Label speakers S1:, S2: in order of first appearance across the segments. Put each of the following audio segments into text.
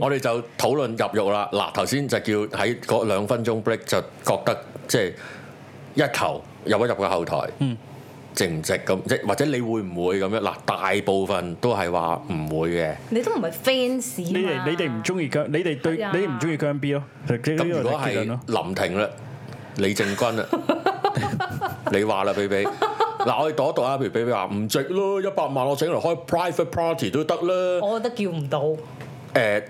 S1: 我哋就討論入獄啦。嗱，頭先就叫喺嗰兩分鐘 break 就覺得即係一球入一入個後台，
S2: 嗯
S1: 值唔值咁？即係或者你會唔會咁樣？嗱，大部分都係話唔會嘅。
S3: 你都唔係 fans
S2: 你哋你哋唔中意姜，你哋對
S3: 啊係啊
S2: 你哋唔中意姜 B 咯，就即係
S1: 咁
S2: 呢
S1: 如
S2: 個就
S1: 果
S2: 結論
S1: 係
S2: 咯。
S1: 林庭啦，李正軍啦，你話啦，比比。嗱，我哋度一度啊，譬如比比話唔值咯，一百萬我整嚟開 private party 都得啦。
S3: 我覺得叫唔到。
S1: 誒、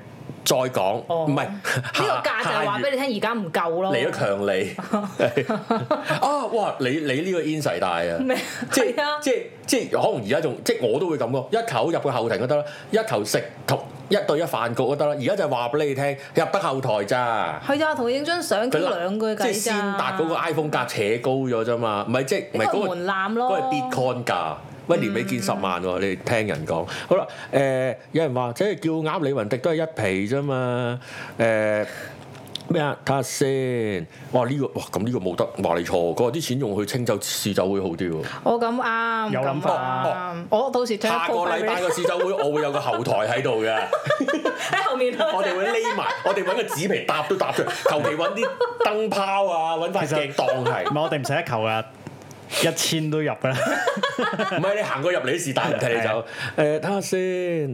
S1: 再講，
S3: 哦
S1: 唔係呢
S3: 呢個價就係話俾你聽，而家唔夠咯。
S1: 嚟咗強你 啊！哇！你你呢個 insight 大啊
S3: 咩，
S1: 即
S3: 係啊
S1: 係即係即係可能而家仲即係我都會咁咯，一球入個後庭都得啦，一球食同一對一飯局都得啦。而家就係話俾你聽，入得後台咋。
S3: 係啊，同佢影張相傾
S1: 佢
S3: 兩句偈
S1: 即
S3: 咋。
S1: 係先達嗰個 iPhone 價扯高咗啫嘛，唔係即係唔係
S3: 呢
S1: 嗰
S3: 個
S1: 個
S3: 門檻
S1: 嗰個係
S3: 咯。
S1: Bitcoin 價。喂，年尾見十萬喎，你哋聽人講。好啦，誒、有人話即係叫鴨李雲迪都係一皮啫嘛，誒、咩啊？睇下先，哇！呢、個哇咁呢個冇得話你錯，佢話啲錢用去清酒試酒會好啲喎。
S3: 我哦咁啱，
S2: 有諗
S3: 咁
S2: 法
S3: 啱。我到時聽
S1: 哦下個禮拜個試酒會，我會有個後台喺度嘅，
S3: 喺後面。
S1: 我哋會匿埋，我哋揾個紙皮搭都搭出嚟，求其揾啲燈泡啊，揾塊鏡當係
S2: 唔。係我哋唔使一球噶，一千都入噶啦。
S1: 唔係你行過入嚟是但唔踢你走。誒睇下先，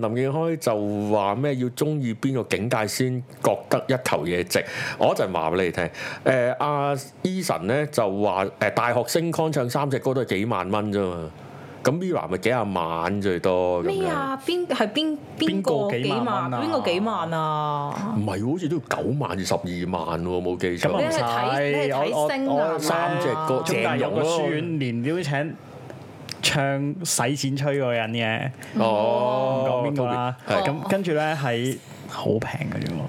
S1: 林健開就話咩要中意邊個境界先覺得一頭嘢值？我一陣話俾你聽。誒阿 Eason 咧就話誒大學升 con 唱三隻歌都係幾萬蚊啫嘛。咁 Mira 咪幾廿萬最多咁
S3: 咩
S1: 樣？
S3: 啊？邊係邊邊
S2: 邊個
S3: 個
S2: 幾
S3: 幾
S2: 萬
S3: 萬？
S2: 蚊啊
S3: 邊個幾萬啊？
S1: 唔係，好似都要九萬至十二萬喎，冇記
S2: 咁
S3: 你
S2: 啊
S1: 錯。
S3: 係睇你係
S2: 我我
S3: 睇星
S2: 我
S3: 啊？
S1: 三隻歌
S2: 中大有個
S1: 鄭融咯
S2: 書院連邀請唱洗錢吹嗰個人嘅，唔
S1: 哦
S2: 講邊個啦。
S1: 係
S2: 咁跟住咧喺好平嘅啫喎，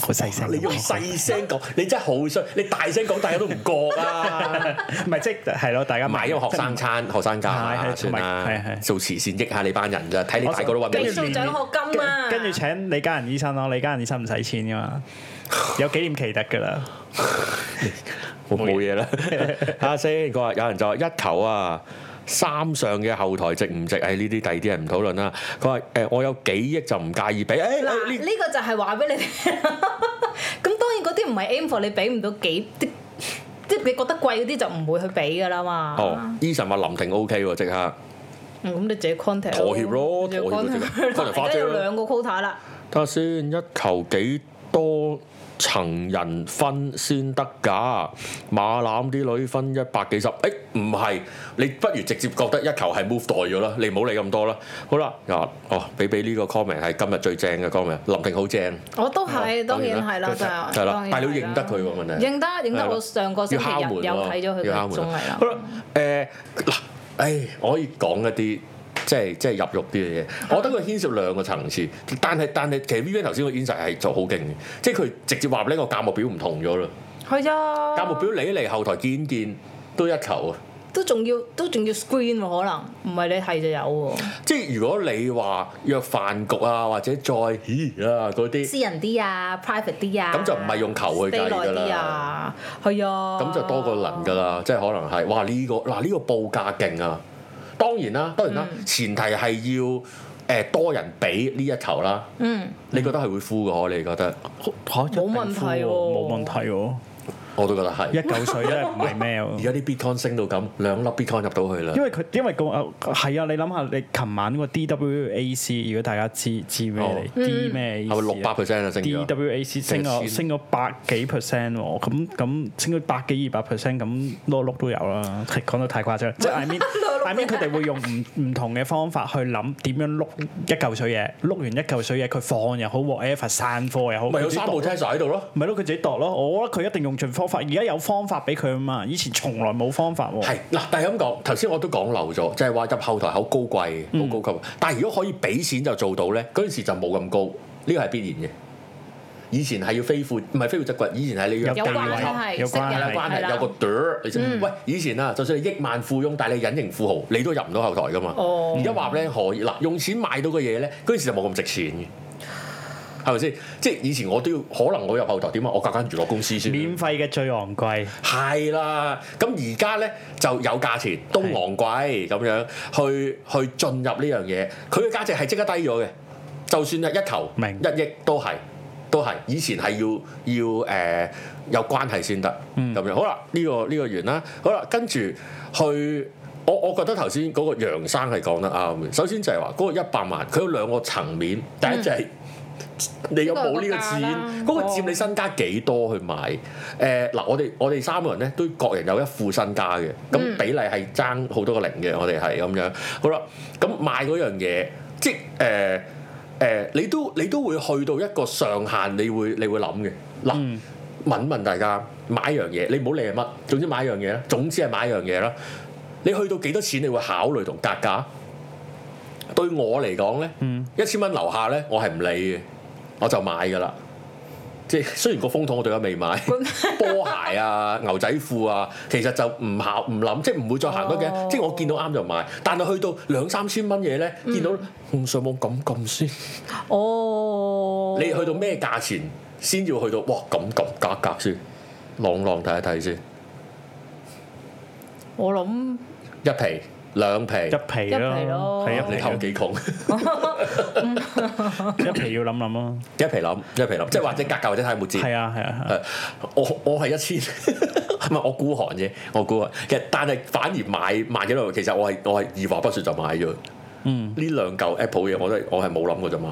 S2: 好細聲。
S1: 你要細聲講，你真係好衰！你大聲講，大家都唔覺啊！
S2: 唔係即係係咯，大家
S1: 買咗學生餐、學生價
S2: 係
S1: 啊，算啦
S2: 係同埋係，係
S1: 做慈善益下你班人咋，睇你大個都揾
S3: 跟
S1: 到
S3: 住
S1: 錢。
S3: 送獎學金啊
S2: 跟跟住請李家仁醫生咯，李家仁醫生唔使錢噶嘛，有紀念期得噶啦。
S1: 我冇嘢啦， 睇下先。佢話有人就話一球啊。三上嘅後台值唔值？誒呢啲第二啲人唔討論啦。佢話誒我有幾億就唔介意俾。誒、哎、
S3: 嗱，
S1: 呢
S3: 呢個就係話俾你聽。 咁當然嗰啲唔係 aim for 你俾唔到幾啲，即係你覺得貴嗰啲就唔會去俾噶啦嘛。
S1: 哦，Eason 話林婷 O K 喎，即刻
S3: 嗯，咁你自己 contact
S1: 妥協咯
S3: 你自己
S1: 妥協咯
S3: contact
S1: 即刻 contact 花
S3: 而家
S1: 姐咯
S3: 有兩個 quota 啦。
S1: 睇下先。一球幾多層人分先得㗎？馬攬啲女分一百幾十？誒唔係，你不如直接覺得一球係 move 代咗啦，你唔好理咁多啦。好啦，啊哦，俾俾呢個 comment 係今日最正嘅 comment，林婷好正。
S3: 我都係，當然係啦，就
S1: 係啦，但係你要認得佢喎問題。
S3: 認得認得，我上個星期日有睇咗佢嘅
S1: 要敲門啊
S3: 綜
S1: 喎
S3: 藝啦
S1: 好。啦，誒嗱，誒我可以講一啲。即係即係入獄啲嘅嘢，
S3: 啊
S1: 我覺得佢牽涉兩個層次，但係但係其實 Vivian 頭先個 insight 係做好勁嘅，即係佢直接話俾你個價目表唔同咗啦，
S3: 係啊，
S1: 價目表嚟一嚟後台見見都一球啊！
S3: 都仲要都仲要 screen 喎，可能唔係你係就有喎，
S1: 即係如果你話約飯局啊，或者再咦啊嗰啲，
S3: 私人啲啊，private 啲啊，
S1: 咁就唔係用球去計
S3: stay
S1: 㗎
S3: 耐啲
S1: 啦，
S3: 啊，係啊，
S1: 咁就多個能㗎啦，
S2: 哦
S1: 即係可能係哇呢、個嗱呢、個報價勁啊！當然啦，當然啦，
S2: 嗯
S1: 前提係要誒、呃多人俾呢一球啦。
S3: 嗯，
S1: 你覺得係會敷嘅呵？你覺得？
S2: 冇
S3: 冇問題喎
S2: 冇問題喎，
S1: 我都覺得係。
S2: 一嚿水咧唔係咩
S1: 而
S2: 喎。
S1: 家啲 Bitcoin 升到咁，兩粒 Bitcoin 入到去啦
S2: 因。為佢因為個啊係啊，你諗下你琴晚嗰個 DWAC，如果大家知知咩
S1: 哦
S3: 嗯
S2: 嚟？D 咩意思啊？
S1: 係咪六百 percent 啊？升咗？
S2: DWAC
S1: 千
S2: 升咗升咗百幾 percent 喎，咁咁升咗百幾二百 percent，咁碌碌都有啦。講得太誇張，即係 I mean I mean 佢哋會用唔唔同嘅方法去諗點樣碌一嚿水嘢，碌完一嚿水嘢佢放又好，whatever 散貨又好，
S1: 咪有
S2: 佢自己
S1: 三部
S2: 度
S1: Tesla 喺度咯。
S2: 咪咯，佢自己度咯。我覺得佢一定用盡方法，而家有方法俾佢啊嘛。以前從來冇方法喎。
S1: 係嗱，但係咁講，頭先我都講漏咗，就係話入後台好高貴，好高級。但係如果可以俾錢就做到咧，嗰陣時就冇咁高，呢個係必然嘅。以前係要飛闊，唔係飛闊則貴，以前係你要
S2: 有
S3: 有
S2: 地
S3: 關
S2: 位
S3: 係，
S2: 有
S3: 識
S2: 關係嗯
S3: 人
S1: 有關
S3: 係
S1: 係，
S3: 啦
S1: 有個朵兒你知唔知喂，以前啊，就算你億萬富翁，但係你隱形富豪，你都入唔到後台噶嘛。
S3: 哦
S1: 而家話咧可以嗱，用錢買到嘅嘢咧，嗰陣時就冇咁值錢嘅，係咪先？即係以前我都要，可能我入後台點啊？我隔間娛樂公司先。
S2: 免費嘅最昂貴，
S1: 係啦，咁而家咧就有價錢，都昂貴咁樣去去進入呢樣嘢，佢嘅價值係即刻低咗嘅，就算係一球、
S2: 明
S1: 一億都係。都係以前係要要誒、呃有關係先得咁樣。好啦，呢、個呢、個完啦。好啦，跟住去。我我覺得頭先嗰個楊生係講得啱嘅。首先就係話嗰個一百萬，佢有兩個層面。第一就係、 你有冇呢個錢？嗰
S3: 呢個有個價啦
S1: 個佔你身家幾多去買？誒、嗱，我哋我哋三個人咧都各人有一副身家嘅，咁比例係爭好多個零嘅，我哋係咁樣。好啦，咁買嗰樣嘢，即係誒誒，你都你都會去到一個上限，你會你會諗嘅嗱。問問大家買樣嘢，你唔好理係乜，總之買樣嘢啦。總之係買樣嘢啦。你去到幾多錢，你會考慮同格價？對我嚟講咧，一千蚊樓下咧，我係唔理嘅，我就買噶啦。即係雖然個風筒我對我未買，波鞋啊、牛仔褲啊，其實就唔考唔諗，即係唔會再行多嘅。
S3: 哦
S1: 即係我見到啱就買，但係去到兩三千蚊嘢咧，見到、嗯、上網咁撳先。
S3: 哦，
S1: 你去到咩價錢先要去到哇咁咁價格先？朗朗睇一睇先，
S3: 我諗
S1: 一皮兩皮，
S2: 一皮
S3: 一皮
S2: 咯，
S3: 咯
S2: 係
S1: 你
S2: 一皮
S1: 頭
S2: 咯，
S1: 幾窮？
S2: 一皮要諗諗咯。
S1: 一皮諗，一皮諗，即係或者格價或者睇有冇折。
S2: 係啊係啊係啊，
S1: 誒，呃我我係一千，唔係我孤寒啫，我孤寒。其實但係反而買買幾耐，其實我係我係二話不說就買咗。
S2: 嗯，
S1: 呢兩嚿 Apple 嘢我都係我係冇諗過就買。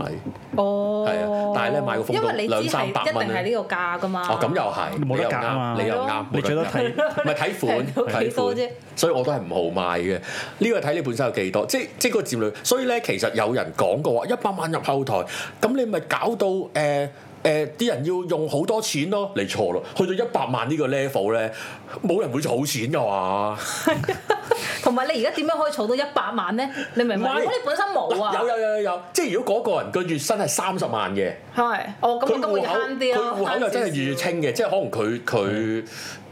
S3: 哦，
S1: 係啊但係咧買個風筒
S3: 因為你
S1: 兩
S3: 知係
S1: 三百
S3: 一定
S1: 蚊
S3: 係
S1: 咧
S3: 呢個價㗎嘛。
S1: 哦，咁又係，
S2: 冇
S1: 你
S2: 得
S1: 又
S2: 夾啊嘛
S1: 啱，你又啱，
S2: 你最多睇
S1: 唔係 睇
S3: 平到
S1: 款，
S3: 幾
S1: 睇
S3: 多啫
S1: 款，所以我都係唔豪賣嘅。呢個睇你本身有幾多，即即個佔率。所以咧，其實有人講過話一百萬入後台，咁你咪搞到誒。誒啲、人要用好多錢咯，你錯咯，去到一百萬呢個 level 咧，冇人會儲錢㗎嘛。
S3: 同埋你而家點樣可以儲到一百萬咧？你明唔明？
S1: 唔係
S3: 如果你本身冇
S1: 嗱有
S3: 啊，
S1: 有有有有，即係如果嗰個人個月薪係三十萬嘅，
S3: 係哦，咁
S1: 佢
S3: 我今個
S1: 戶口
S3: 月慳啲
S1: 佢
S3: 咯，
S1: 户口又真係
S3: 慳少少
S1: 預
S3: 嗯
S1: 清嘅，即係可能佢佢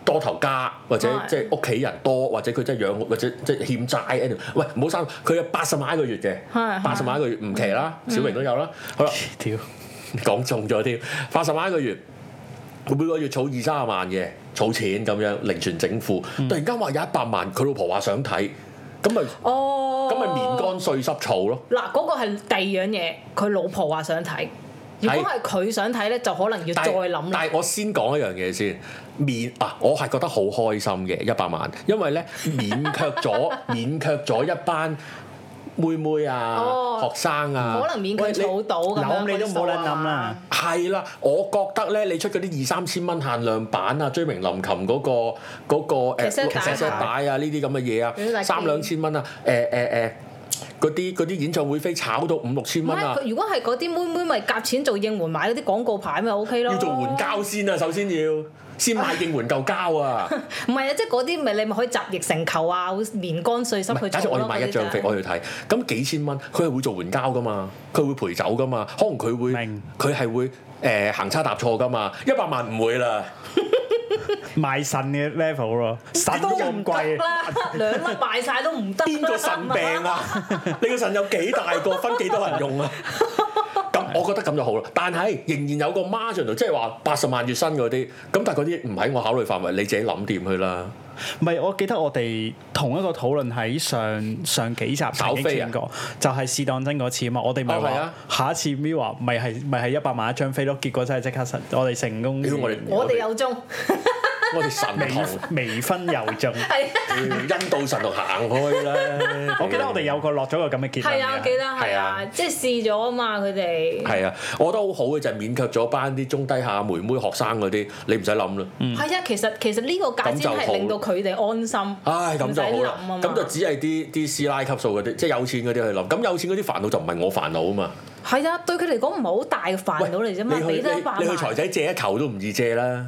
S1: 多頭家或者
S3: 係
S1: 即係屋企人多，或者佢真係養或者即係欠債。anyway，喂，唔好生，佢有八十萬一個月嘅，
S3: 係嗯
S1: 八十萬一個月唔奇啦，小明都有啦。好啦，
S2: 屌，
S1: 講中咗添，八十萬一個月。佢每個月儲二三十萬嘅，儲錢咁樣零存整付，
S3: 嗯
S1: 突然間話有一百萬，佢老婆話想睇，咁咪
S3: 哦，
S1: 咁咪面乾碎濕儲咯。
S3: 嗱，嗰個係第二樣嘢，佢老婆話想睇。如果係佢想睇咧，就可能要
S1: 但
S3: 再
S1: 係
S3: 諗啦
S1: 但。係我先講一樣嘢先，免啊，我係覺得好開心嘅一百萬，因為咧免卻 咗免卻咗一班妹妹啊、
S3: 哦
S1: 學生啊，
S3: 可能勉強
S1: 喂你
S3: 儲到咁樣
S2: 諗你都冇
S3: 嗰啲
S2: 得
S3: 數
S2: 諗
S3: 啊
S2: 啦。
S1: 係啦，我覺得咧，你出嗰啲二三千蚊限量版啊，追名林琴嗰、個嗰、個誒
S3: cassette 帶
S1: cassette 帶啊，呢啲咁嘅
S3: 嗰啲
S1: 嘢啊，
S3: 大
S1: 三
S3: 機
S1: 兩千蚊啊，誒誒誒，嗰啲嗰啲演唱會飛炒到五六千
S3: 唔
S1: 蚊
S3: 係
S1: 啊，
S3: 佢，如果係嗰啲妹妹咪夾錢做應援買嗰啲廣告牌咪 O K 咯。
S1: 要做援交先啊，首先要 先買應援嚿膠啊。
S3: 唔係啊，即係嗰啲咪你咪可以集腋成裘啊，會棉乾碎濕
S1: 唔
S3: 去
S1: 係，假設
S3: 儲
S1: 我要
S3: 咯
S1: 買
S3: 嗰
S1: 一
S3: 啲就
S1: 張飛，我要睇，咁幾千蚊，佢係會做援交噶嘛，佢會陪走噶嘛，可能佢會
S2: 明
S1: 佢係會誒、呃行差踏錯噶嘛，一百萬唔會啦，
S2: 賣腎嘅 level 咯，腎都咁貴，
S3: 啦，兩粒賣晒都唔得。
S1: 邊個腎病？ 啊？你個腎有幾大個，分幾多人用啊？咁我覺得咁就好啦，但係仍然有個 margin 度，即係話八十萬月薪嗰啲，咁但係嗰啲唔喺我考慮範圍，你自己諗掂佢啦。
S2: 唔係，我記得我哋同一個討論喺上上幾集曾經見過，就係試當真嗰次啊嘛。我哋咪
S1: 啊哦係啊
S2: 話下一次 Mira 咪係咪係一百萬一張飛咯，結果真係即刻實，我哋成功
S1: 屌我哋
S3: 我哋有中，
S1: 我哋神童，
S2: 微分又中。
S1: 啊
S3: 係啊
S1: 印度神童行開啦。
S2: 我記得我哋有個落咗個咁嘅結論
S3: 係啊，
S2: 嘅
S3: 記得係
S1: 係啊
S3: 啊，即係試咗啊嘛，佢哋
S1: 係啊，我覺得好好嘅就係免卻咗班啲中低下妹妹學生嗰啲，你唔使諗啦。
S3: 係啊，其實其實呢個價
S1: 咁就
S3: 錢
S1: 好
S3: 係令到佢哋安心，
S1: 唉，咁就好啦
S3: 唔使諗啊嘛。
S1: 咁就只係啲啲師奶級數嗰啲，即係有錢嗰啲去諗。咁有錢嗰啲煩惱就唔係我煩惱啊嘛。
S3: 係啊，對佢嚟講唔係好大嘅
S1: 喂
S3: 煩惱嚟啫嘛，
S1: 你
S3: 俾
S1: 去
S3: 得一百
S1: 你你去財
S3: 萬。
S1: 仔借一球都唔易借啦。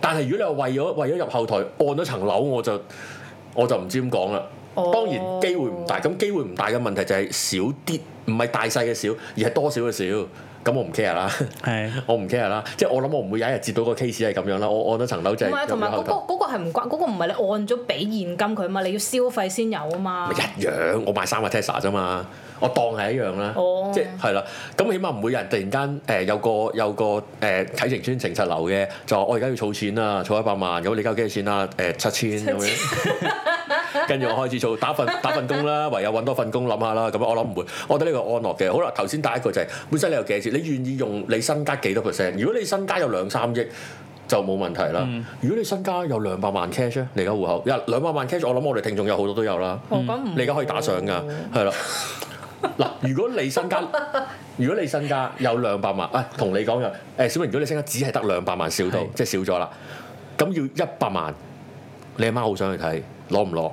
S1: 但係如果你話為咗為咗入後台按咗層樓，我就我就唔知點講啦。
S3: 哦
S1: 當然機會唔大，咁機會唔大嘅問題就係少啲，唔係大細嘅少，而係多少嘅少。咁我唔 care 啦。
S2: 係
S1: 我唔 care 啦，即係我諗我唔會有一日接到個 case 係咁樣啦，我按咗層樓就
S3: 唔係，同埋嗰個嗰個係唔關，嗰個唔係你按咗俾現金佢嘛，你要消費先有啊嘛
S1: 咪。一樣，我買三個 Tesla 啫嘛，我當係一樣啦，
S3: 哦
S1: 即係係啦，咁起碼唔會有人突然間誒、有個有個誒、啟晴村晴實 樓哦嘅，就話我而家要儲錢啦，儲一百萬，咁你而家有幾多錢啊？誒、七千咁樣，跟住我開始做打份打份工啦，唯有揾多份工諗下啦。咁我諗唔會，我覺得呢個安樂嘅。好啦，頭先第一個就係、本身你有幾多錢，你願意用你身家幾多 percent？如果你身家有兩三億。就冇問題啦。
S3: 嗯
S1: 如果你身家有兩百萬 cash 咧，你而家户口，呀兩百萬 cash，我諗我哋聽眾有好多都有啦。
S3: 我哦講唔
S1: 嗯你而家可以打賞㗎，係啦。嗱，如果你身家，如果你身家有兩百萬，喂、啊同你講嘅，誒、小明，如果你身家只係得兩百萬少到
S2: 係，
S1: 即係少咗啦，咁要一百萬，你阿媽好想去睇，攞唔攞？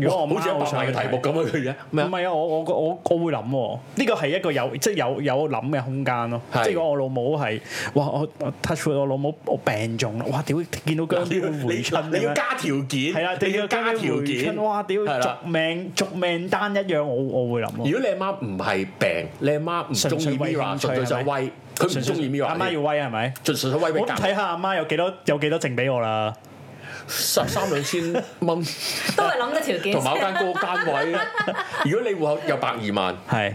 S2: 如果我
S1: 哇好似一
S2: 媽好
S1: 百萬
S2: 想
S1: 嘅題目咁樣佢嘅，咩
S2: 唔
S1: 啊？
S2: 係啊！我我我我我會諗喎，呢個係一個有即係有有諗嘅空間咯。即
S1: 係
S2: 係如果我老母係哇，我我 touch wood，我老母我病重啦，哇屌！見到 姜
S1: 你要
S2: 標回春
S1: 你
S2: 咁
S1: 你要
S2: 樣，
S1: 加條件，
S2: 係啦，
S1: 你要加
S2: 姜
S1: 條
S2: 標回
S1: 件
S2: 春，。哇屌！
S1: 係啦
S2: 續命續命單一樣，我我會諗咯。
S1: 如果你阿媽唔係病，你阿媽唔中
S2: 純粹
S1: 意
S2: 為
S1: Mira，
S2: 興趣
S1: 純粹想
S2: 係咪
S1: 威，佢唔中意啊 Mira，
S2: 阿媽要威係咪？
S1: 純粹想威俾
S2: 我都
S1: 隔
S2: 睇下阿媽有幾多有幾多剩俾我啦。
S1: 十三兩千 蚊。
S3: 都係諗嘅條件
S1: 同埋嗰間高單位， 如果你户口有百二萬，
S2: 係。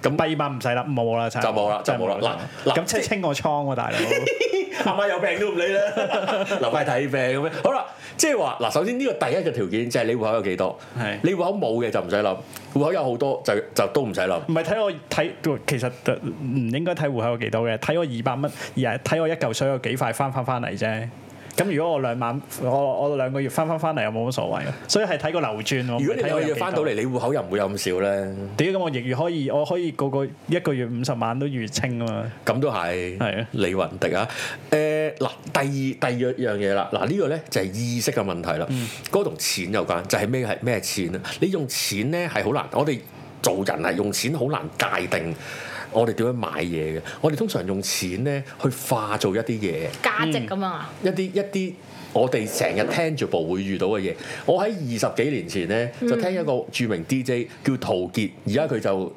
S1: 咁
S2: 咁第二百唔使啦，冇啦，就
S1: 就冇啦就冇啦嗱嗱
S2: 咁即係
S1: 即係
S2: 清我倉 喎，大佬。
S1: 阿媽有病都唔理啦， 留翻睇病咁樣。好啦，即係話嗱，首先呢個第一個條件就係你户口有幾多
S2: 係，
S1: 你户口冇嘅就唔使諗，户口有好多就就都唔使諗。
S2: 唔係睇我睇，其實呃唔應該睇户口有幾多嘅，睇我二百蚊，而係睇我一嚿水有幾快翻翻翻嚟啫。咁如果我兩晚，我我兩個月翻翻翻嚟又冇乜所謂，所以係睇個流轉咯。
S1: 如果你
S2: 唔係睇
S1: 兩個
S2: 我有
S1: 月
S2: 幾
S1: 翻到
S2: 多，
S1: 嚟，你户口又唔會有咁少咧，
S2: 屌咁我亦月可以，我可以個個一個月五十萬都月清啊嘛。
S1: 咁都係。
S2: 係啊
S1: 李雲迪啊，誒嗱，第二第二樣嘢啦，嗱呢個咧就係意識嘅問題啦，
S2: 嗯
S1: 嗰個同錢有關，就係咩係咩錢啊？你用錢咧係好難，我哋做人係用錢好難界定。我哋點樣買嘢嘅？我哋通常用錢咧去化做一啲嘢，
S3: 價值咁樣啊，
S1: 一啲一啲我哋成日 tangible 會遇到嘅嘢。我喺二十幾年前咧就聽一個著名 DJ 叫陶傑，而家佢就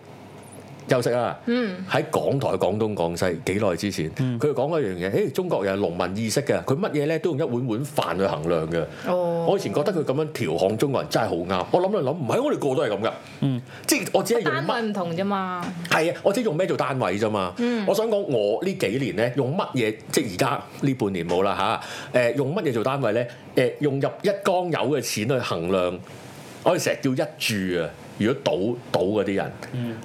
S1: 休息啦。
S3: 嗯，
S1: 喺港台廣東廣西幾耐之前，佢講嗰樣嘢，誒中國人係農民意識嘅，佢乜嘢咧都用一碗碗飯去衡量嘅。
S3: 哦，
S1: 我以前覺得佢咁樣調控中國人真係好啱，我諗嚟諗，唔係我哋個個都係咁噶。
S2: 嗯，
S1: 即係我只係用
S3: 單
S1: 乜
S3: 位唔同啫嘛，
S1: 係啊，我只係用咩做單位啫嘛。
S3: 嗯
S1: 我想講我呢幾年咧用乜嘢，即係而家呢半年冇啦吓，誒、用乜嘢做單位咧？誒、用入一缸油嘅錢去衡量，我哋成日叫一注啊。如果賭賭嗰啲人，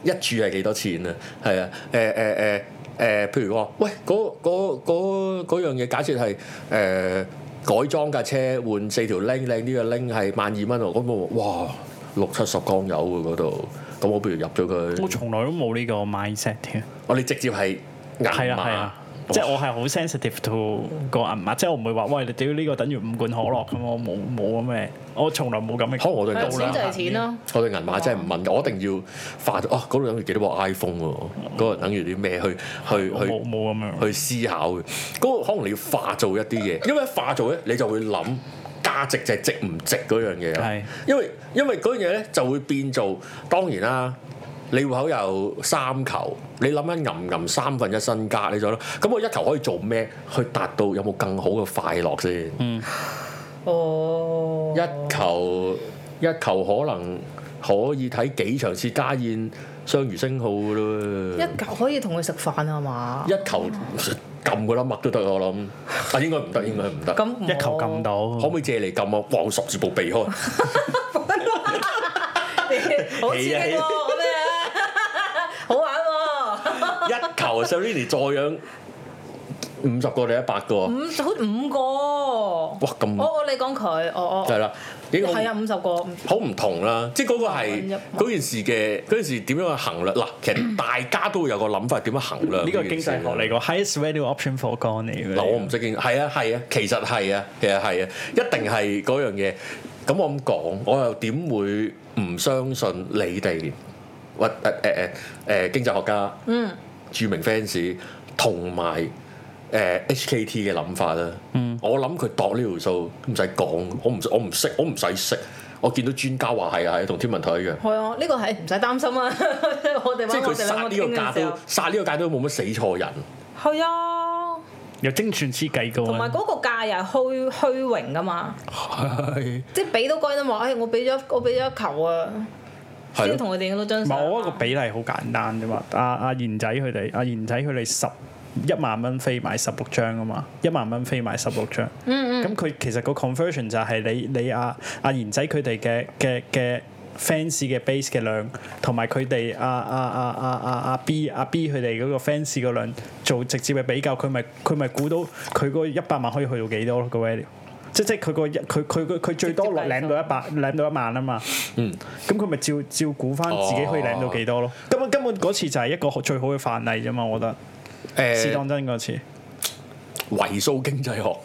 S1: 一注係幾多錢啊？係啊，誒誒誒誒，譬如我話，喂，嗰嗰嗰嗰樣嘢，假設係誒。改裝架車換四條 link，靚啲嘅 link 係萬二蚊喎，咁我話哇六七十缸油喎嗰度，咁我不如入咗佢。
S2: 我從來都冇呢個 mindset 嘅。
S1: 我哋直接係銀
S2: 係啊啦係
S1: 碼
S2: 啦，，即係我係好 sensitive to 個銀碼，即係我唔會話喂你屌呢個等於五罐可樂咁，我冇冇咁嘅，我從來冇咁嘅。
S1: 可能我對
S3: 係
S1: 銀
S2: 度
S3: 錢
S2: 啦
S3: 就係
S1: 碼，
S3: 錢咯，
S1: 我對銀碼真係唔問，我一定要化咗。哦，嗰度等於幾多部 iPhone 喎？嗰度等於啲咩？去去
S2: 我
S1: 去
S2: 冇冇咁樣。
S1: 去思考嘅。嗰個可能你要化做一啲嘢，因為一化做咧，你就會諗價值就係值唔值嗰樣嘢啊
S2: 係。
S1: 因為因為嗰樣嘢咧就會變做當然啦。你户口有三球，你諗緊揞唔揞三分一身家，你就諗，咁我一球可以做咩去達到有冇更好嘅快樂先？
S3: 哦，
S1: 一球一球可能可以睇幾場次家宴雙魚星號噶咯，
S3: 一嚿可以同佢食飯啊嘛，
S1: 一球撳個粒麥都得我諗，啊應該唔得，應該唔得。
S3: 嗯咁
S2: 一球撳到，
S1: 可唔可以借嚟撳啊？哇！我十字步避 開，
S3: 好刺
S1: 啊
S3: 激喎，咁樣 好玩喎，
S1: 一球 Serenity 再養五十個定一百個，哇！
S3: 五好五個，我
S1: 咁
S3: 我你講佢，我
S1: 係
S3: 我
S1: 啦，已經好
S3: 哦係啊啊五十個，
S1: 好唔同啦，即係嗰個
S3: 萬一
S1: 係嗰件事嘅嗰件事點樣去衡量嗱？其實大家都會有個諗法點樣衡量
S2: 呢個
S1: 件
S2: 經濟
S1: 事啊
S2: 學嚟個 highest value option for con 嚟嘅。
S1: 嗱，我唔識經，係啊係啊，其實係啊，其實係啊，一定係嗰樣嘢。咁我咁講，我又點會唔相信你哋或誒誒誒誒經濟學家、
S3: 嗯
S1: 著名 fans 同埋誒 HKT 嘅諗法啦？
S2: 嗯
S1: 我諗佢度呢條數唔使講，我唔我唔識，我唔使識。我見到專家話係啊係啊，同天文台一樣。
S3: 係啊，呢個係唔使擔心啊， 我哋
S1: 即係
S3: 揾
S1: 佢
S3: 我哋
S1: 殺
S3: 兩個
S1: 呢個
S3: 傾
S1: 價
S3: 嘅時
S1: 都
S3: 候，
S1: 殺呢個價都冇乜死錯人，
S3: 係啊。
S2: 有精算師計過
S3: 同埋
S2: 啊。
S3: 嗰個價又係虛虛榮噶嘛，
S1: 係
S3: 即係俾到嗰個人話，哎，我俾咗我俾咗一球啊，
S1: 係
S3: 先
S1: 咯，
S3: 同佢哋影到張
S2: 唔
S3: 相啊。
S2: 係我嗰個比例好簡單啫嘛。阿阿賢仔佢哋，阿賢仔佢哋十一萬蚊飛買十六張啊嘛，一萬蚊飛買十六張。
S3: 嗯嗯
S2: 咁佢其實個 conversion 就係你你阿阿賢仔佢哋嘅嘅嘅 fans 嘅 base 嘅量，同埋佢哋阿阿阿阿阿阿 B 阿 B 佢哋嗰個 fans 嘅量做直接嘅比較，佢咪佢咪估到佢嗰一百萬可以去到幾多咯個 value。即即佢個一佢佢佢佢最多
S3: 直接計
S2: 領到一百領到一萬啊嘛，嗯，咁佢咪照照估翻自己可以領到幾多咯？根本根本嗰次就係一個最好嘅範例啫嘛，我覺得。是當
S1: 誒
S2: 真嗰次，
S1: 維數經濟學。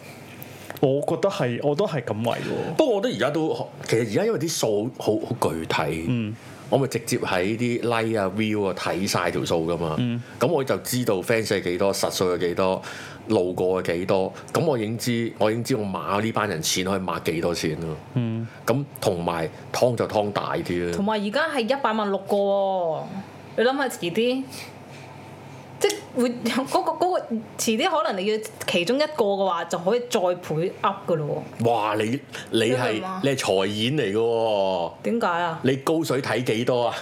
S2: 我覺得係我都係咁為喎。
S1: 不過我覺得而家都其實而家因為啲數好好具體，
S3: 嗯
S1: 我咪直接喺啲 like 啊 view 啊睇晒條數噶嘛，
S3: 嗯
S1: 咁、我就知道 fans 係幾多，實數係幾多，路過係幾多，咁我已經知我已經知我馬呢班人錢可以馬幾多錢咯。
S3: 嗯
S1: 咁同埋湯就湯大啲啦
S3: 同，埋而家係一百萬六個喎，你諗下遲啲，即係會 嗰、個嗰、個遲啲可能你要其中一個嘅話，就可以再倍 up 嘅咯
S1: 哇！你你係
S3: 真係嗎
S1: 你係財演嚟嘅喎，
S3: 喎。點解啊？
S1: 你高水睇幾多啊？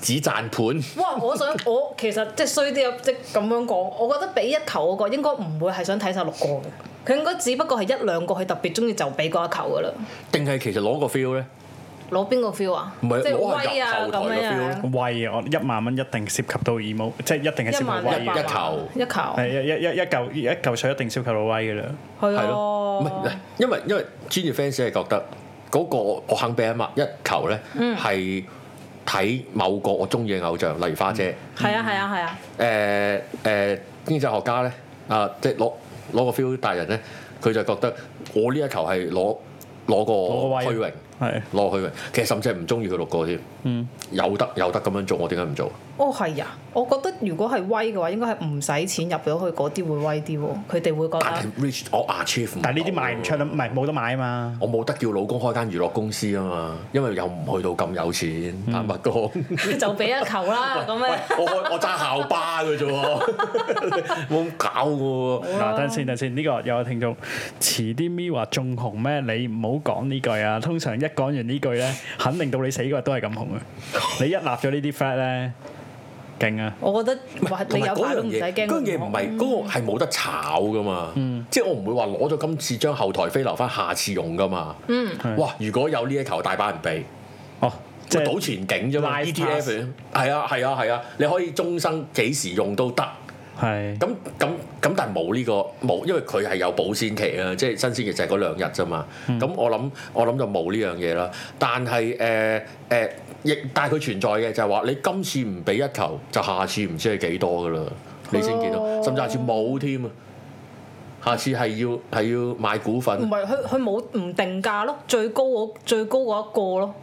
S1: 只賺盤。
S3: 哇！我想我 其實即係衰啲即係咁樣講，我覺得俾一球嗰個應該唔會係想睇晒六個嘅，佢應該只不過係一兩個佢特別中意就俾嗰一球噶啦。
S1: 定係其實攞個 feel 咧，
S3: 攞邊個 feel 啊？
S1: 唔係
S3: 即係
S1: 攞下
S3: 威啊
S1: 入後
S3: 咁
S1: 台嘅 feel
S3: 樣
S1: 咯
S2: 喂，我一萬蚊一定涉及到 emo，即係一定係涉
S3: 一
S2: 及到
S3: 萬
S2: 威
S3: 一百
S1: 一
S2: 嘅。
S3: 萬
S1: 球
S3: 一球
S2: 係一一一一嚿一嚿水一定涉及到威嘅啦。
S1: 係
S3: 係
S1: 咯，唔係
S2: 哦
S3: 咯
S1: 嗱，因為因為專業 fans 係覺得嗰個我肯俾一萬一球咧，
S2: 嗯
S1: 係睇某個我中意嘅偶像，例如花姐，
S3: 係啊係啊係啊，
S2: 嗯
S1: 誒誒經濟學家咧，啊即係攞攞個 feel 大人咧，佢就覺得我呢一球係攞攞個虛
S2: 攞個
S1: 榮
S2: 威。啊係
S1: 攞個虛榮，其實甚至係唔中意佢六個添，
S2: 嗯
S1: 有得有得咁樣做，我點解唔做？
S3: 哦係啊，我覺得如果係威嘅話，應該係唔使錢入咗去嗰啲會威啲喎，佢哋會覺
S1: 但
S3: 得
S1: 係 reach 我 achieve，唔
S2: 啊但係呢啲
S1: 到
S2: 賣唔出啦，唔係冇得買啊嘛。
S1: 我冇得叫老公開間娛樂公司啊嘛，因為又唔去到咁有錢，
S2: 嗯
S1: 坦白講。
S3: 就俾一球啦咁樣。
S1: 喂，我開我揸校巴嘅 啫喎，冇咁搞嘅喎。
S2: 嗱，等陣先，等陣先，呢個有個聽眾，遲啲咪話仲紅咩？你唔好講呢句啊！通常一講完呢句咧，肯定到你死嗰日都係咁紅嘅。你一立咗呢啲 flag 咧，勁啊！
S3: 我覺得哇，你
S1: 同埋
S3: 有牌
S1: 嗰
S3: 都
S1: 樣
S3: 唔使
S1: 嘢，
S3: 驚。嗯
S1: 嗰樣嘢唔係嗰個係冇得炒噶嘛，即係我唔會話攞咗今次將後台飛留翻下次用噶嘛。
S3: 嗯
S1: 哇！如果有呢一球，大把人俾，
S2: 哦，
S1: 即
S2: 即
S1: 係賭
S2: 係
S1: 前景啫嘛
S2: Live
S1: ，ETF 係啊係啊係啊，你可以終生幾時用都得。
S2: 係
S1: 咁咁咁，但係冇呢個冇，因為佢係有保鮮期啊，即係新鮮期就係嗰兩日啫嘛。咁、我諗我諗就冇呢樣嘢啦。但係誒誒，亦但係佢存在嘅就係話，你今次唔俾一球，就下次唔知係幾多噶啦，你先見到，
S3: 哦
S1: 甚至下次冇添啊。下次係要係要買股
S3: 唔
S1: 份，
S3: 係佢佢冇唔定價咯，最高嗰最高嗰一個咯，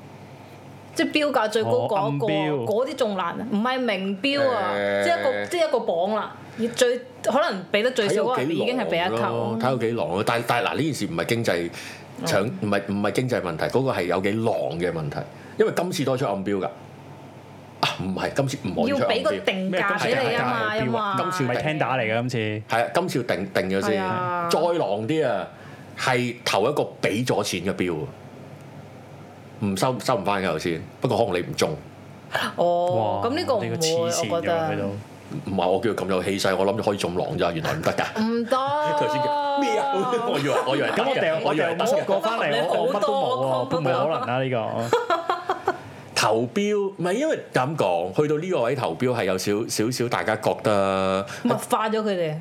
S3: 即係標價最高
S2: 哦
S3: 嗰
S2: 暗
S3: 一個，
S2: 標
S3: 嗰啲仲難啊，唔係明標啊，
S1: 誒
S3: 即係一個即係一個榜啦，而最可能俾得最
S1: 睇
S3: 少
S1: 有
S3: 嗰個
S1: 幾
S3: 人已經係俾
S1: 狼
S3: 一
S1: 咯
S3: 球，嗯
S1: 睇。有幾狼咯。但但係嗱，呢件事唔係經濟搶，唔係唔係經濟問題，嗰、個係有幾狼嘅問題。因為今次多出暗標㗎，啊唔係今次唔可以
S3: 要
S1: 出暗
S3: 俾個
S1: 標。
S3: 定
S2: 咩
S3: 價
S2: 今次
S3: 俾你啊
S2: 係
S3: 嘛，
S2: 價
S3: 因
S2: 有標啊
S1: 今次
S2: 唔
S1: 咪
S3: 為
S2: 係聽打嚟嘅今次。
S1: 係啊，今次定定咗先，
S3: 係啊
S1: 再狼啲啊，係投一個俾咗錢嘅標啊，唔收收唔翻嘅頭先。不過可能你唔中，
S3: 哦，
S2: 哇
S3: 咁呢個唔
S2: 呢個
S3: 會，
S2: 黐線
S3: 我覺
S2: 嘅佢
S3: 得
S2: 都。
S1: 唔係我叫佢咁有氣勢，我諗住可以中狼咋，原來唔得㗎。
S3: 唔得。
S1: 頭先叫咩啊？ 我以為我以為
S2: 咁我掉我
S1: 以為
S2: 掉
S1: 得
S2: 冇
S1: 嘅
S2: 個翻嚟，我我乜都
S3: 我覺得
S2: 冇喎，冇可能啊啦呢個。
S1: 投標，唔係因為咁講，去到呢個位投標係有少少少大家覺得
S3: 物化咗佢哋，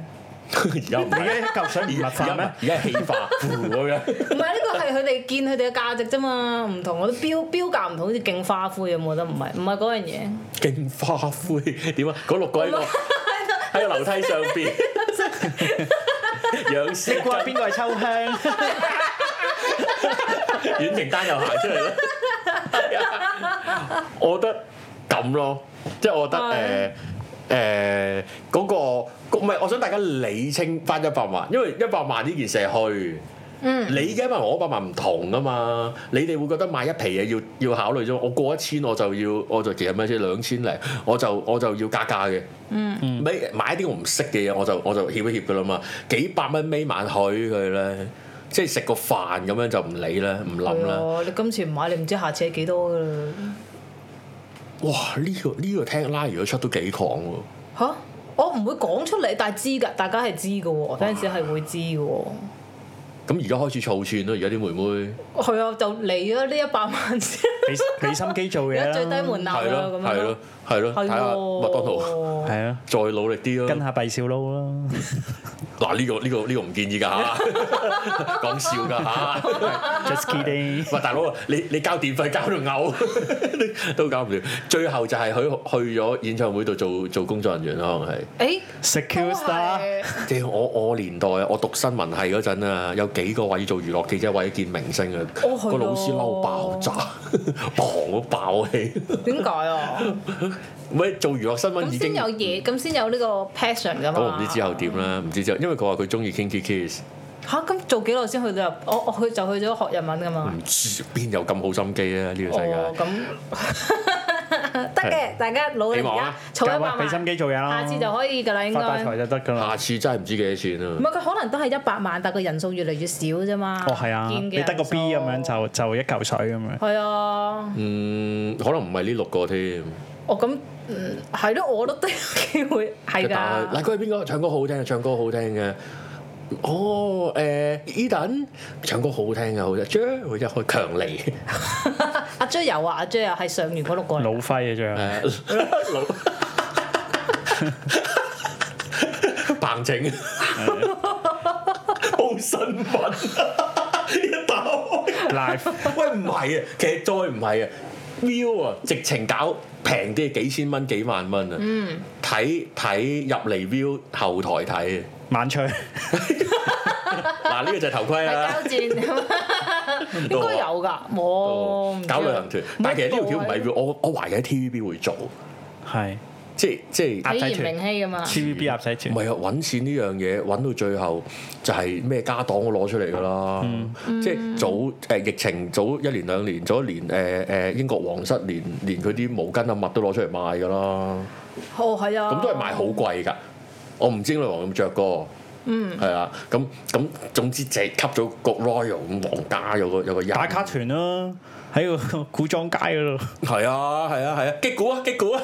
S1: 而家唔
S2: 你而
S1: 係
S2: 家一嚿水唔
S1: 而
S2: 密
S1: 家
S2: 化
S1: 唔
S2: 咩
S1: 係？而家氣化 咁樣。
S3: 唔係呢個係佢哋見佢哋嘅價值啫嘛，唔同我啲標標價唔同，好似勁花灰咁，我覺得唔係唔係嗰樣嘢。
S1: 勁花灰點啊？嗰六個喺個 喺個樓梯上邊，養
S2: 你
S1: 屍
S2: 估下邊個係秋 香？
S1: 遠程單又行出嚟啦。 我覺得咁咯，即係我覺得誒誒嗰個唔係，我想大家理清翻一百萬，因為一百萬呢件事係虛。嗯，你嘅一百萬我一百萬唔同啊嘛，你哋會覺得買一皮嘢要要考慮啫嘛，我過一千我就要我就其實咩先兩千零，我就我就要加價嘅。嗯，咪買啲我唔識嘅嘢，我就我就協一協噶啦嘛，幾百蚊尾晚許佢咧，即係食個飯咁樣就唔理啦，唔諗啦。
S3: 係啊你今次唔買，你唔知下次係幾多噶啦。
S1: 哇！呢、個呢、個聽拉如果出都幾狂喎，
S3: 吓？我唔會講出嚟，但係知㗎，大家係知㗎喎，有陣時係會知㗎喎。
S1: 咁而家開始儲錢咯，而家啲妹妹
S3: 係啊，就嚟咗呢一百萬先，
S2: 俾俾心機做
S3: 而
S2: 嘢
S3: 家
S2: 啦，
S3: 最低門檻啦
S1: 係咯
S3: 啊咁
S1: 係
S3: 樣
S1: 咯。係咯，
S3: 係
S1: 睇下麥當 勞
S3: 喎
S2: 係啊，
S1: 再努力啲
S2: 跟
S1: 咯。
S2: 下閉笑撈啦。
S1: 嗱呢個呢個呢個唔建議㗎嚇，講笑㗎嚇。
S2: Just kidding，
S1: 喂，大佬啊，你你交電費交到嘔， 都搞唔掂。最後就係佢去咗演唱會度做做工作人員咯，可能
S3: 誒
S1: 係。
S3: 都
S2: secure star
S3: 係
S1: 即係我我年代啊，我讀新聞系嗰陣啊，有幾個話要做娛樂記者，為咗見明星啊，
S3: 哦係
S1: 個老師
S3: 喎
S1: 嬲爆炸， 砰都爆氣。
S3: 點解 啊？
S1: 喂，做娛樂新聞
S3: 咁
S1: 已
S3: 先
S1: 經
S3: 有嘢，咁先有呢個 passion 噶嘛。
S1: 咁我唔知之後點啦，唔知之後，因為佢話佢中意 Kinky Kiss，
S3: 嚇，咁做幾耐先去到入？我我去就去咗學日文噶嘛
S1: 唔。知邊有咁好心機啊？呢個世
S3: 哦，
S1: 界，
S3: 咁 得嘅，大家努力
S1: 希望
S3: 而家
S1: 啊
S3: 儲一百萬，
S2: 俾心機做嘢啦
S3: 下次就可以㗎啦，應
S2: 發大
S3: 該。
S2: 財就得㗎
S1: 下
S2: 啦。
S1: 次真係唔知幾多錢
S3: 唔
S1: 啊！
S3: 係佢可能都係一百萬，但個人數越嚟越少啫嘛。
S2: 哦，係啊，
S3: 見
S2: 你
S3: 嘅
S2: 得個
S3: 人數
S2: B 咁樣。就就一嚿水咁樣。
S3: 係啊，
S1: 嗯，可能唔係呢六個添，
S3: 哦咁，嗯，係咯，我覺得都有機會係㗎。
S1: 但係嗱，佢係邊個？唱歌好聽，唱歌好聽嘅。哦，誒，Eden 唱歌好聽嘅，好聽。Jer 佢一開強尼。
S3: 阿 J 有啊，阿 J 又係上完嗰六個
S2: 老
S3: 人。
S2: 輝嘅啊啫，
S1: 誒老彭程， 報新 聞，一打開
S2: live
S1: 喂唔係啊，其實再唔係啊，view 啊，直情搞平啲，幾千蚊幾萬蚊啊，
S3: 嗯
S1: 睇睇入嚟 view 後台 睇
S2: 晚吹，
S1: 啊，嗱呢個就係頭盔
S3: 係
S1: 啦
S3: 交。 戰，應
S2: 啊
S3: 該有㗎，冇唔知啊
S1: 哦搞旅行團，但係其實呢條橋唔係 view，我我懷疑喺 TVB 會做，
S2: 係
S1: 即係即係
S3: 睇
S2: 鴨仔
S3: 炎明熹㗎嘛。
S2: TVB 鴨仔團
S1: 唔。係啊！揾錢呢樣嘢揾到最後就係咩家當都攞出嚟㗎啦，
S3: 嗯
S1: 即係早誒、疫情早一年兩年，早一年誒誒、英國皇室連連佢啲毛巾啊襪都攞出嚟賣㗎啦，
S3: 哦，係啊。
S1: 咁都係賣好貴㗎。我唔知英女王有冇着過，嗯，係啊，咁咁總之就係吸咗個 royal 咁皇家有個有個印
S2: 打卡團啦，喺個 古裝街嗰 度，
S1: 係啊係啊係啊，擊鼓啊擊鼓啊，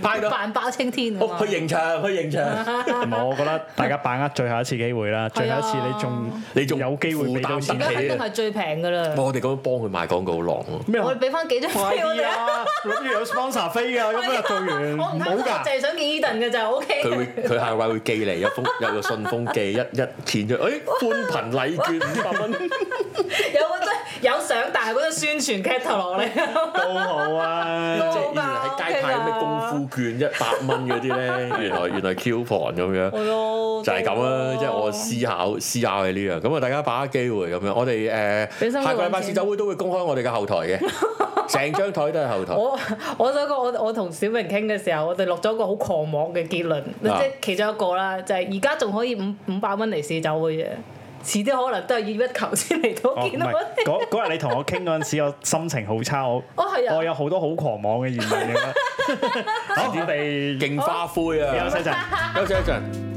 S1: 派到
S3: 扮包青天㗎嘛
S1: 哦
S2: 啊
S1: 去刑場去刑場。
S2: 唔係我覺得大家把握最後一次機會
S3: 係
S2: 啦，
S3: 啊
S2: 最後一次你仲
S1: 你仲
S2: 有機會俾到
S1: 負擔
S2: 錢
S3: 而家肯定係最平㗎啦
S1: 哇！。我哋咁樣幫佢賣廣告狼喎。
S2: 咩啊？
S3: 我哋俾翻幾張飛
S2: 快
S3: 我
S2: 啲
S3: 哋啊。
S2: 啊！諗住有 sponsor 飛㗎，咁日做完
S3: 我唔
S2: 唔
S3: 睇
S2: 好
S3: 我淨
S2: 㗎。
S3: 係想見 Eden 嘅就 O
S1: 佢
S3: K。
S1: 會佢下個禮會寄嚟有封有個信封寄一一填咗，誒、哎寬頻禮券五百蚊
S3: 有嗰張有相，但係嗰張宣傳 catalog 嚟。
S2: 都好啊，
S3: 都好
S1: 即係原來喺街派咩功夫券一百蚊嗰啲咧，原來原來 coupon 咁樣。
S3: 係咯，
S1: 就係咁啦，即係
S3: 係
S1: 我思考思考嘅呢樣，咁啊大家把握機會咁樣，我哋誒、
S3: 俾心機
S1: 下個禮拜
S3: 揾錢
S1: 試酒會都會公開我哋嘅後台 嘅，成張台都係後台。
S3: 我我想講，我我同小明傾嘅時候，我哋落咗一個好狂妄嘅結
S1: 啊
S3: 論，即係其中一個啦，就係而家仲可以五五百蚊嚟試酒會嘅，遲啲可能都係要一球先嚟
S2: 哦
S3: 到
S2: 唔
S3: 見到
S2: 係
S3: 我哋。
S2: 嗰嗰日你同我傾嗰陣時，我心情好差，我
S3: 哦係啊
S2: 我有好多好狂 妄嘅言論嘅。好，我哋
S1: 勁花灰啊！
S2: 休息一陣。
S1: 休息一陣。